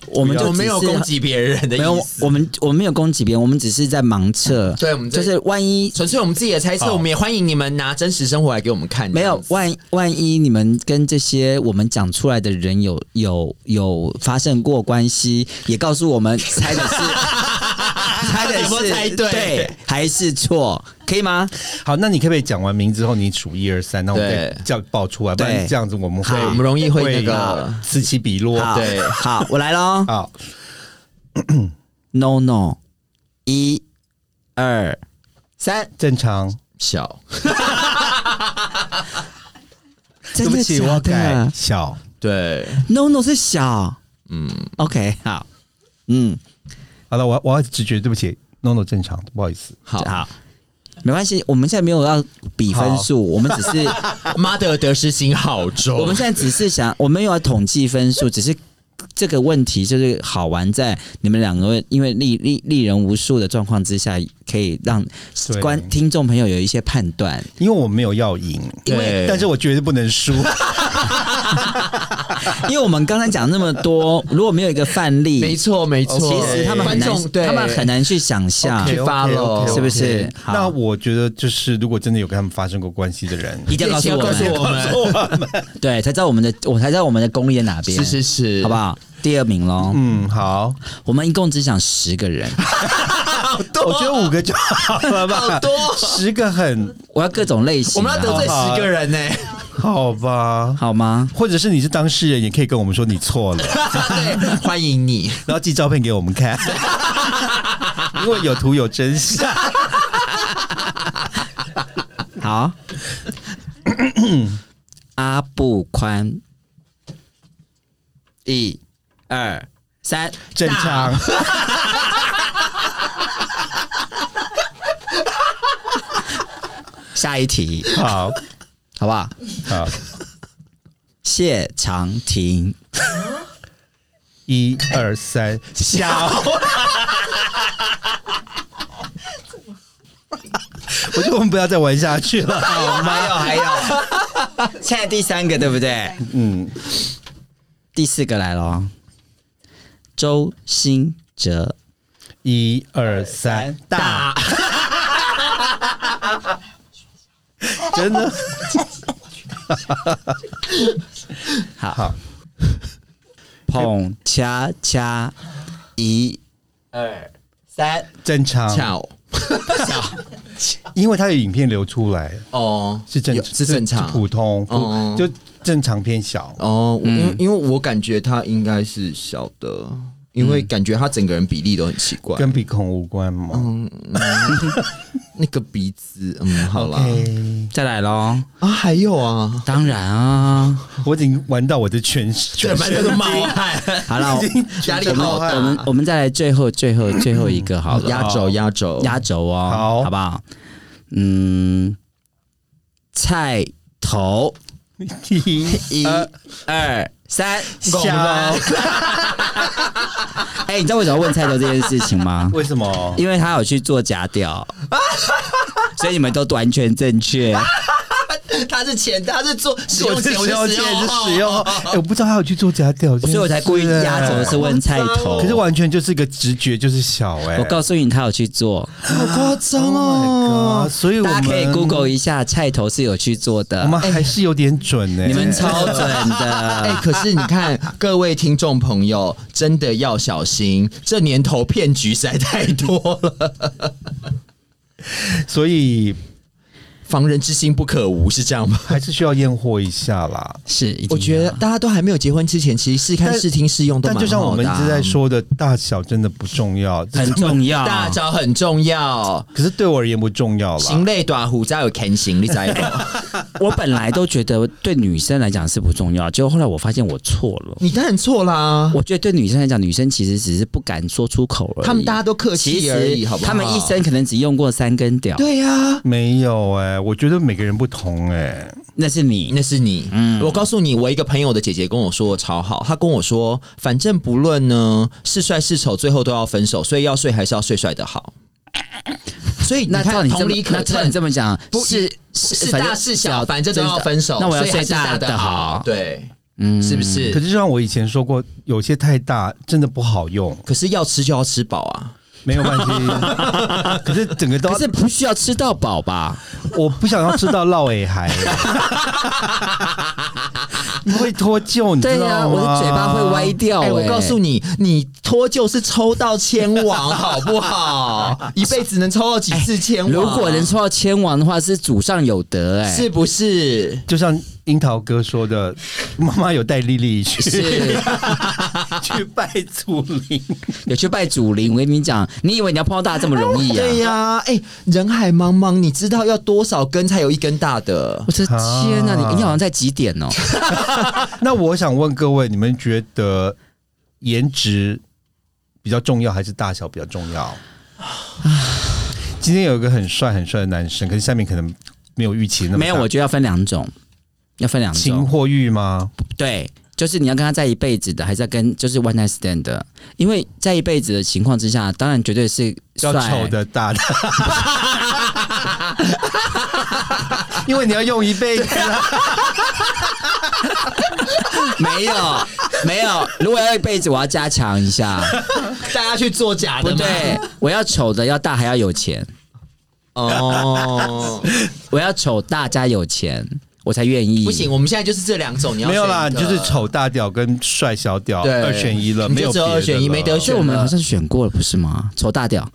Speaker 3: 我们就
Speaker 2: 没有
Speaker 3: 只是
Speaker 2: 攻击别人的
Speaker 3: 没有
Speaker 2: 意，思，
Speaker 3: 我们我们没有攻击别人，我们只是在盲测。
Speaker 2: 对我们在
Speaker 3: 就是万一
Speaker 2: 纯粹我们自己的猜测，
Speaker 1: 好
Speaker 2: 我们也欢迎你们拿真实生活来给我们看。
Speaker 3: 没
Speaker 2: 这
Speaker 3: 有
Speaker 2: 样子
Speaker 3: 万万一你们跟这些我们讲出来的人有有有发生过关系，也告诉我们猜 的是猜的
Speaker 2: 有没有
Speaker 3: 是
Speaker 2: 猜对
Speaker 3: 还是错，可以吗？
Speaker 1: 好，那你可不可以讲完名之后，你数一二三，那我们再
Speaker 2: 对
Speaker 1: 叫报出来，不然
Speaker 3: 对
Speaker 1: 这样子我们会
Speaker 2: 好我们容易会那个
Speaker 1: 呃此起彼落。
Speaker 3: 好，
Speaker 2: 对
Speaker 3: 好，我来喽。
Speaker 1: 好，
Speaker 3: No no，一、二、三，
Speaker 1: 正常。
Speaker 2: 小，
Speaker 1: 对
Speaker 3: 真
Speaker 1: 不
Speaker 3: 的
Speaker 1: 起，我
Speaker 3: 假
Speaker 1: 要改
Speaker 3: 的
Speaker 1: 小。
Speaker 2: 对，
Speaker 3: ？No no 是小，嗯，OK，好，嗯，
Speaker 1: 好了，我要我要直觉，对不起，NONO 正常，不好意思。
Speaker 2: 好，
Speaker 3: 好，没关系，我们现在没有要比分数，我们只是。
Speaker 2: 妈的得失心好重。
Speaker 3: 我们现在只是想，我们有要统计分数，只是这个问题就是好玩在你们两个因为历历历人无数的状况之下，可以让
Speaker 1: 对
Speaker 3: 观听众朋友有一些判断。
Speaker 1: 因为我没有要赢，
Speaker 2: 对
Speaker 1: 因为但是我绝对不能输。
Speaker 3: 因为我们刚才讲那么多，如果没有一个范
Speaker 2: 没
Speaker 3: 例，
Speaker 2: 错没错，
Speaker 3: 其实他们很
Speaker 2: 观
Speaker 3: 难
Speaker 2: 众，对
Speaker 3: 他们很难去想象。
Speaker 2: 去 follow，
Speaker 1: OK，OK，OK，OK
Speaker 3: 是不是好
Speaker 1: 那我觉定就是，如果真的有跟他们发生过关系的人，
Speaker 3: 一定要告诉我
Speaker 2: 一定要告诉
Speaker 3: 们，
Speaker 2: 我们，
Speaker 3: 对，才知道我们的，我才知道我们的功力在哪边，
Speaker 2: 是是是，
Speaker 3: 好不好？第二名喽，
Speaker 1: 嗯，好，
Speaker 3: 我们一共只想十个人，
Speaker 1: 我觉得五个就好了吧，
Speaker 2: 好多
Speaker 1: 十个很
Speaker 3: 我要各种类型
Speaker 2: 我
Speaker 3: 的
Speaker 2: 们
Speaker 3: 哈，
Speaker 2: 要得罪
Speaker 1: 好
Speaker 2: 十个人呢、
Speaker 1: 好吧。
Speaker 3: 好吗？
Speaker 1: 或者是你是当事人，也可以跟我们说你错 了，
Speaker 2: 对，欢迎你。
Speaker 1: 然后寄照片给我们 看，因为有图有真相。
Speaker 3: 好，阿布宽，一、二、三，
Speaker 1: 正 常，
Speaker 3: 下一题，
Speaker 1: 好
Speaker 3: 好不好？
Speaker 1: 好，
Speaker 3: 谢长廷，
Speaker 1: 一二三，小。 我觉得我们不要再玩下去 了。
Speaker 3: 好 还有还有，现在第三个对不对？
Speaker 1: 嗯，
Speaker 3: 第四个来了哦，周兴哲，
Speaker 1: 一二三，
Speaker 3: 大
Speaker 1: 真的
Speaker 3: 好
Speaker 1: 好，
Speaker 3: 捧恰恰一
Speaker 2: 二三
Speaker 1: 正常，
Speaker 2: 翘
Speaker 1: 因为他的影片流出来
Speaker 2: 哦，
Speaker 1: 是正
Speaker 2: 有是正常
Speaker 1: 普通，
Speaker 2: 哦
Speaker 1: 就正常偏小。
Speaker 2: 哦，我因为因为我感觉他应该是小的，因为感觉他整个人比例都很奇怪，
Speaker 1: 跟鼻孔无关吗？
Speaker 2: 那个鼻子，嗯，好啦
Speaker 1: OK
Speaker 3: 再来喽，
Speaker 2: 啊，还有啊，
Speaker 3: 当然啊，
Speaker 1: 我已经玩到我的全全身
Speaker 2: 叫做冒汗，
Speaker 3: 好了，
Speaker 2: 压
Speaker 1: 全
Speaker 2: 力
Speaker 1: 身
Speaker 2: 好
Speaker 1: 冒汗
Speaker 2: 大，
Speaker 3: 我 们我们再来最后最后最后一个好了，
Speaker 2: 嗯压轴压轴
Speaker 3: 压轴哦，
Speaker 1: 好
Speaker 3: 好不好？嗯，菜头
Speaker 1: 一
Speaker 3: 一二三，
Speaker 1: 下，
Speaker 3: 哎、你知道为什么问菜头这件事情 吗？
Speaker 1: 为什么？
Speaker 3: 因为他有去做假屌， 所以你们都完全正确。
Speaker 2: 他是钱，他是做使
Speaker 1: 我
Speaker 2: 用
Speaker 1: 是
Speaker 2: 钱，我
Speaker 1: 使用
Speaker 2: 是
Speaker 1: 钱是
Speaker 2: 号
Speaker 1: 使用号，哎我不知道他有去做假屌，
Speaker 3: 所以我才故意压轴是问菜头。
Speaker 1: 可是完全就是一个直觉，就是小哎、
Speaker 3: 我告诉你，他有去做，
Speaker 2: 好夸张
Speaker 1: Oh my
Speaker 2: 哦
Speaker 1: god，！所以我
Speaker 3: 大
Speaker 1: 们
Speaker 3: 家可以 Google 一下，菜头是有去做
Speaker 1: 我
Speaker 3: 的。
Speaker 1: 们还是有点准呢、
Speaker 3: 哎你们超准的，
Speaker 2: 哎、可是你看， 各位听众朋友，真的要小心，这年头骗局实在太多 了，
Speaker 1: 所以
Speaker 2: 防人之心不可无，是这样吗？
Speaker 1: 还是需要验货一下啦。
Speaker 3: 是，一定要
Speaker 2: 我觉得大家都还没有结婚之前，其实试看
Speaker 1: 但
Speaker 2: 试听试用都
Speaker 1: 但
Speaker 2: 蛮好
Speaker 1: 就
Speaker 2: 的啊、
Speaker 1: 像我们一直在说的，大小真的不重要，
Speaker 3: 很重要。
Speaker 2: 大招很重要，
Speaker 1: 可是对我而言不重要啦。
Speaker 2: 行类短胡才有 can 行，你在
Speaker 3: 我本来都觉得对女生来讲是不重要，结果后来我发现我错了。
Speaker 2: 你当然错啦。
Speaker 3: 我觉得对女生来讲，女生其实只是不敢说出口而已。
Speaker 2: 他们大家都客
Speaker 3: 其
Speaker 2: 气
Speaker 3: 实
Speaker 2: 而已，好不好？
Speaker 3: 他们一生可能只用过三根屌，
Speaker 2: 对啊呀、
Speaker 1: 没有哎、我觉得每个人不同哎、
Speaker 3: 那是你。
Speaker 2: 那是你。
Speaker 3: 嗯
Speaker 2: 我告诉你，我一个朋友的姐姐跟我说的超好，她跟我说，反正不论呢是帅是丑，最后都要分手，所以要睡还是要睡帅的 好。所以
Speaker 3: 那照
Speaker 2: 看，
Speaker 3: 你这
Speaker 2: 同
Speaker 3: 么
Speaker 2: 理，可
Speaker 3: 那照你
Speaker 2: 证，
Speaker 3: 这么讲，
Speaker 2: 不
Speaker 3: 是
Speaker 2: 是
Speaker 3: 反正
Speaker 2: 大是小，反正都要分手。
Speaker 3: 那我要
Speaker 2: 所以还
Speaker 3: 睡
Speaker 2: 是大
Speaker 3: 的
Speaker 2: 的好，对，嗯，是不是？
Speaker 1: 可
Speaker 2: 可
Speaker 1: 是
Speaker 2: 是
Speaker 1: 就像我以前说过，有些太大真的不好用，
Speaker 2: 要吃就要吃饱啊！
Speaker 1: 没有关系。 可是整个都
Speaker 3: 可是不需要吃到饱吧？
Speaker 1: 我不想要吃到落尾 孩，你会脱臼，你知
Speaker 3: 对
Speaker 1: 道
Speaker 3: 呀、
Speaker 1: 吗？
Speaker 3: 我的嘴巴会歪。掉、
Speaker 2: 哎、
Speaker 3: 哎，
Speaker 2: 我告诉你，你脱臼是抽到千王，好不好？ 一辈子能抽到几次千王？
Speaker 3: 如果能抽到千王的话，是祖上有德哎、
Speaker 2: 是不是？
Speaker 1: 就像樱桃哥说的，妈妈有带丽丽去
Speaker 3: 是
Speaker 1: 去拜祖灵，
Speaker 3: 有去拜祖灵。我跟你讲，你以为你要碰到大家这么容易
Speaker 2: 对
Speaker 3: 啊？
Speaker 2: 呀、哎、人海茫茫，你知道要多少根才有一根大的
Speaker 3: 我？的天哪、
Speaker 1: 啊
Speaker 3: 你你好像在几点哦？
Speaker 1: 那我想问各位，你们觉得颜值比较重要，还是大小比较重要？今天有一个很帅很帅的男生，可是下面可能没有预期那么大
Speaker 3: 没有，我觉得要分两种，要分两
Speaker 1: 情
Speaker 3: 种。
Speaker 1: 或欲吗？
Speaker 3: 对，就是你要跟他在一辈子的，还是要跟就是 one night stand 的？因为在一辈子的情况之下，当然绝对是
Speaker 1: 要
Speaker 3: 帅
Speaker 1: 丑。的大的， 因为你要用一辈子啊。
Speaker 3: 没有，没有。如果要一辈子，我要加强 一下。
Speaker 2: 大家去做假
Speaker 3: 不
Speaker 2: 的吗？
Speaker 3: 对，我要丑的，要大，还要有钱。
Speaker 2: 哦，
Speaker 3: 我要丑大加有钱，我才愿意。
Speaker 2: 不行，，我们现在就是这两种，你要
Speaker 1: 没有啦，
Speaker 2: 选
Speaker 1: 你
Speaker 2: 一个
Speaker 1: 就是丑大屌跟帅小屌
Speaker 2: 对
Speaker 1: 二选一了，
Speaker 2: 你就
Speaker 1: 没有
Speaker 2: 只有
Speaker 1: 别的
Speaker 2: 二选一
Speaker 1: 了
Speaker 2: 没得选
Speaker 3: 就我们好像选过了，不是吗？丑大屌，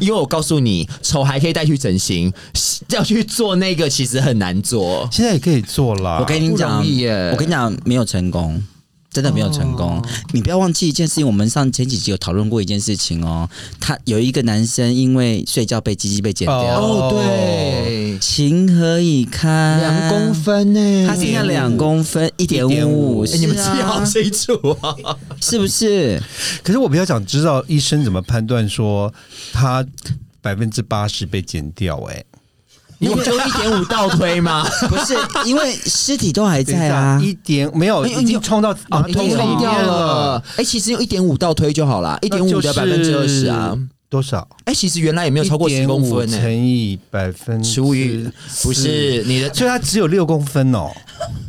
Speaker 2: 因为我告诉你，丑还可以带去整形， 要去做那个其实很难做。
Speaker 1: 现在也可以做啦。
Speaker 3: 我跟你讲，
Speaker 2: 啊不容易耶哦
Speaker 3: 我跟你讲，没有成功。真的没有成功，你不要忘记一件事情。我们上前几集有讨论过一件事情哦，他有一个男生因为睡觉被鸡鸡被剪掉，
Speaker 1: 哦
Speaker 2: 哦，对，
Speaker 3: 情何以堪？
Speaker 2: 两公，分呢，
Speaker 3: 他现在两公分一点五，
Speaker 1: 1.5
Speaker 2: 哎，你们记
Speaker 3: 是
Speaker 2: 好
Speaker 3: 啊
Speaker 2: 清楚啊！
Speaker 3: 是不是？
Speaker 1: 可是我比较想知道医生怎么判断说他百分之八十被剪掉、哎，
Speaker 2: 你有就一点五倒推吗？
Speaker 3: 不是因为尸体都还在 啊
Speaker 1: 等一下，一点没有，
Speaker 3: 哎呦
Speaker 1: 已经冲
Speaker 2: 哦
Speaker 1: 到马
Speaker 3: 已经
Speaker 1: 桶里
Speaker 3: 冲
Speaker 1: 面
Speaker 3: 掉
Speaker 2: 掉了
Speaker 1: 了，。
Speaker 2: 哎、其实用一点五倒推就好啦，一
Speaker 1: 一
Speaker 2: 点五的百分之二十啊。
Speaker 1: 多少？
Speaker 2: 哎、其实原来也没有超过十公分欸呢、
Speaker 1: 1.5乘以百分之
Speaker 2: 除以不是你 的
Speaker 1: 所以它只有六公分哦。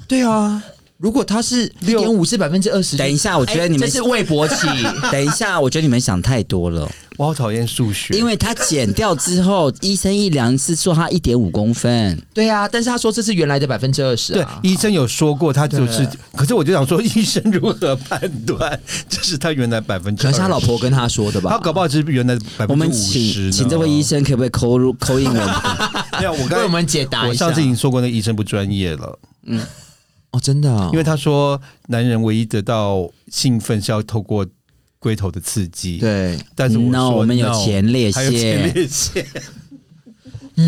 Speaker 2: 对啊。如果它是一
Speaker 1: 六
Speaker 2: 点五是百分之二十，
Speaker 3: 等一下我觉得
Speaker 2: 哎
Speaker 3: 你们
Speaker 2: 这是魏博起，
Speaker 3: 等一下，我觉得你们想太多了，
Speaker 1: 我好讨厌数学，
Speaker 3: 因为他剪掉之后，医生一量是说他一点五公分，
Speaker 2: 对啊，但是他说这是原来的百分之二十
Speaker 1: 对
Speaker 2: 啊，
Speaker 1: 医生有说过，他就是
Speaker 2: 对。
Speaker 1: 可是我就想说，医生如何判断？ 这是他原来百分之，
Speaker 2: 可能是他老婆跟他说的吧
Speaker 1: 他。搞不好是原来百分
Speaker 3: 我
Speaker 1: 之
Speaker 3: 们
Speaker 1: 五
Speaker 3: 请
Speaker 1: 十。
Speaker 3: 请这位医，生可不可以扣入扣印我们？
Speaker 1: 没有，我刚
Speaker 2: 为
Speaker 1: 才
Speaker 2: 我们解答
Speaker 1: 我
Speaker 2: 一下
Speaker 1: 上次已经说过，那个医生不专业了，
Speaker 2: 哦，真的、啊，
Speaker 1: 因为他说男人唯一得到兴奋是要透过龟头的刺激。，
Speaker 2: 对
Speaker 1: 但是我
Speaker 3: No，
Speaker 1: 说
Speaker 3: 我们有
Speaker 1: no，
Speaker 3: 前列
Speaker 1: 还有前
Speaker 3: 腺
Speaker 1: 列腺。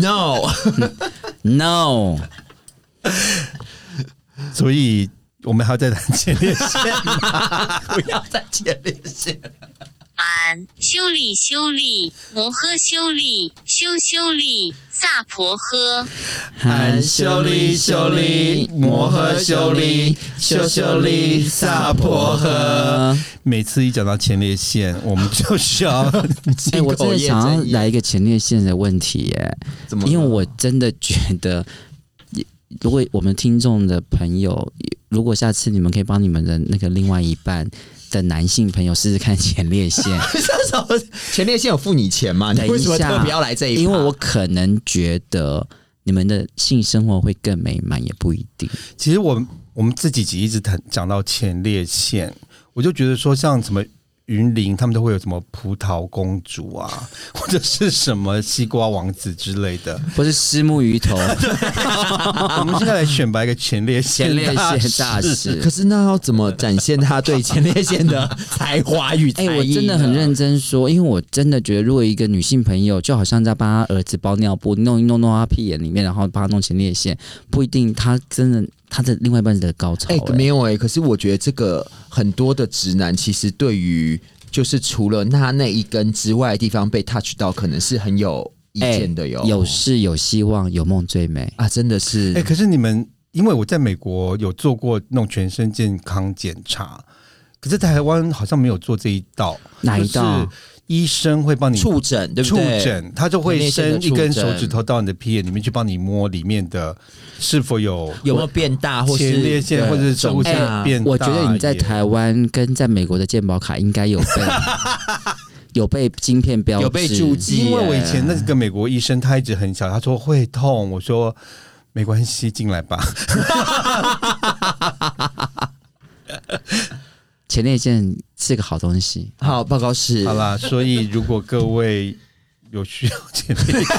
Speaker 2: ，no，
Speaker 3: No，
Speaker 1: 所以我们还要再谈前列 腺。
Speaker 2: 不要再前列腺。
Speaker 4: 俺修理修理摩诃修理修修理萨婆诃。
Speaker 3: 含
Speaker 2: 修理修理摩诃修理修修理萨婆
Speaker 3: 诃。
Speaker 1: 每次一讲到前列腺，我们就是 要
Speaker 3: 哎、我真的想要来一个前列腺的问题耶、
Speaker 2: 怎么了？
Speaker 3: 因为我真的觉得，如果我们听众的朋友，如果下次你们可以帮你们的那个另外一半的男性朋友试试看前列腺，
Speaker 2: 这时候前列腺有付你钱吗？你
Speaker 3: 等一
Speaker 2: 为什么
Speaker 3: 下
Speaker 2: 特别要来这一趴？
Speaker 3: 因为我可能觉得你们的性生活会更美满，也不一定。
Speaker 1: 其实我们我们这几集一直谈讲到前列腺，我就觉得说像什么。云林他们都会有什么葡萄公主啊， 或者是什么西瓜王子之类 的。
Speaker 3: 不是虱目鱼 头，
Speaker 1: 我们现在来选拔一个前列腺
Speaker 3: 前列
Speaker 1: 大
Speaker 3: 腺
Speaker 1: 使
Speaker 3: 大师
Speaker 2: 可。是那要怎么展现他对前列腺的 才华与才
Speaker 3: 哎、
Speaker 2: 艺呢？
Speaker 3: 我真的很认真说，因为我真的觉得，如果一个女性朋友就好像在帮她儿子包尿布，弄一弄弄到她屁眼里面，然后帮她弄前列腺，不一定她真的她的另外一半的高潮、
Speaker 2: 哎、
Speaker 1: 欸
Speaker 3: 哎
Speaker 2: 没有哎、可是我觉得这个很多的直男其实对于就是除了他那一根之外的地方被 touch 到，可能是很有意
Speaker 3: 哎
Speaker 2: 见的哟、
Speaker 3: 有事有希望，有梦最美。
Speaker 2: 啊，真的是
Speaker 1: 哎、可是你们，因为我在美国有做过那种全身健康检查，可是台湾好像没有做这一道。
Speaker 3: 哪一道？
Speaker 1: 医生会帮你
Speaker 2: 触诊对不
Speaker 1: 触
Speaker 2: 对？
Speaker 1: 诊，他就会伸一
Speaker 2: 前列腺
Speaker 1: 根
Speaker 2: 的触诊
Speaker 1: 手指头到你的屁眼里面去帮你摸里面的是否有
Speaker 2: 有没有变大或是
Speaker 1: 前列腺
Speaker 2: 对
Speaker 1: 或者是
Speaker 2: 肿
Speaker 1: 出
Speaker 2: 大啊
Speaker 1: 现变大
Speaker 3: 我觉得你在
Speaker 1: 也
Speaker 3: 台湾跟在美国的健保卡应该 有被有被晶片标志，
Speaker 2: 有被注记
Speaker 1: 因为我以前那个美国医生他一直很小，他说会痛，我说没关系，进来吧。
Speaker 3: 前列腺是个好 东西。
Speaker 2: 好，报告是
Speaker 1: 好啦，所以如果各位有需要前列腺，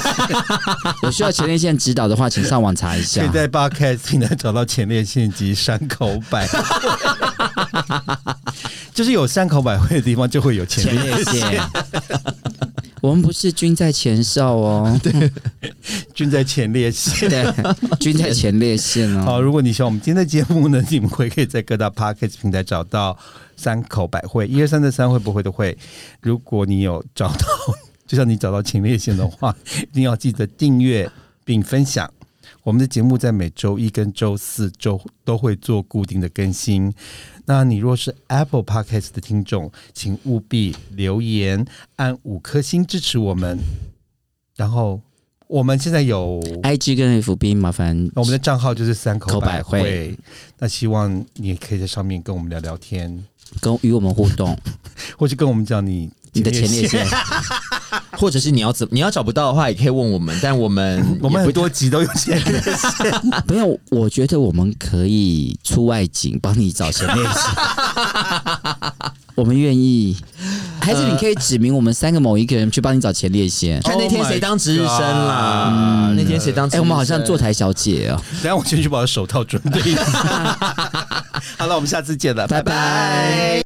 Speaker 3: 有需要前列腺指导的话，请上网查一
Speaker 1: 可以
Speaker 3: 下。
Speaker 1: 在 Podcast 平台找到前列腺及山口 百惠，就是有山口百惠的地方就会有前
Speaker 3: 前
Speaker 1: 列
Speaker 3: 列腺，我们不是军在前哨哦，
Speaker 1: 菌在前列腺。
Speaker 3: 对，军在前列腺哦。
Speaker 1: 好，如果你喜欢我们今天的节目呢，你们会可以在各大 podcast 平台找到三口百惠，一二三的三会不会的会。如果你有找到， 就像你找到前列腺的话，一定要记得订阅并分享。我们的节目在每周一跟周四周都会做固定的更新。那你若是 Apple Podcast 的听众，请务必留言按五颗星支持我们。然后我们现在有
Speaker 3: IG 跟 FB 麻烦
Speaker 1: 我们的账号就是三口百
Speaker 3: 口百
Speaker 1: 惠
Speaker 3: 惠，
Speaker 1: 那希望你也可以在上面跟我们聊聊天，
Speaker 3: 跟与我们互动，
Speaker 1: 或是跟我们讲你
Speaker 3: 你的前列腺。
Speaker 2: 或者是你要怎你要找不到的话，也可以问我们，但我们
Speaker 1: 我们
Speaker 2: 也
Speaker 1: 很
Speaker 2: 不
Speaker 1: 多集 都有前列腺，
Speaker 3: 没有，我觉得我们可以出外景帮你找前列腺，我们愿意。还是你可以指明我们三个某一个人去帮你找前列腺。
Speaker 2: 看那天谁当值日生啦嗯
Speaker 1: Oh my Oh god
Speaker 2: 那天谁当
Speaker 3: 哎、
Speaker 2: 值日生？
Speaker 3: 我们好像坐台小姐哦，
Speaker 1: 等一下我 先去把我的手套准备一下。好了，我们下次见了，拜拜
Speaker 3: 拜拜。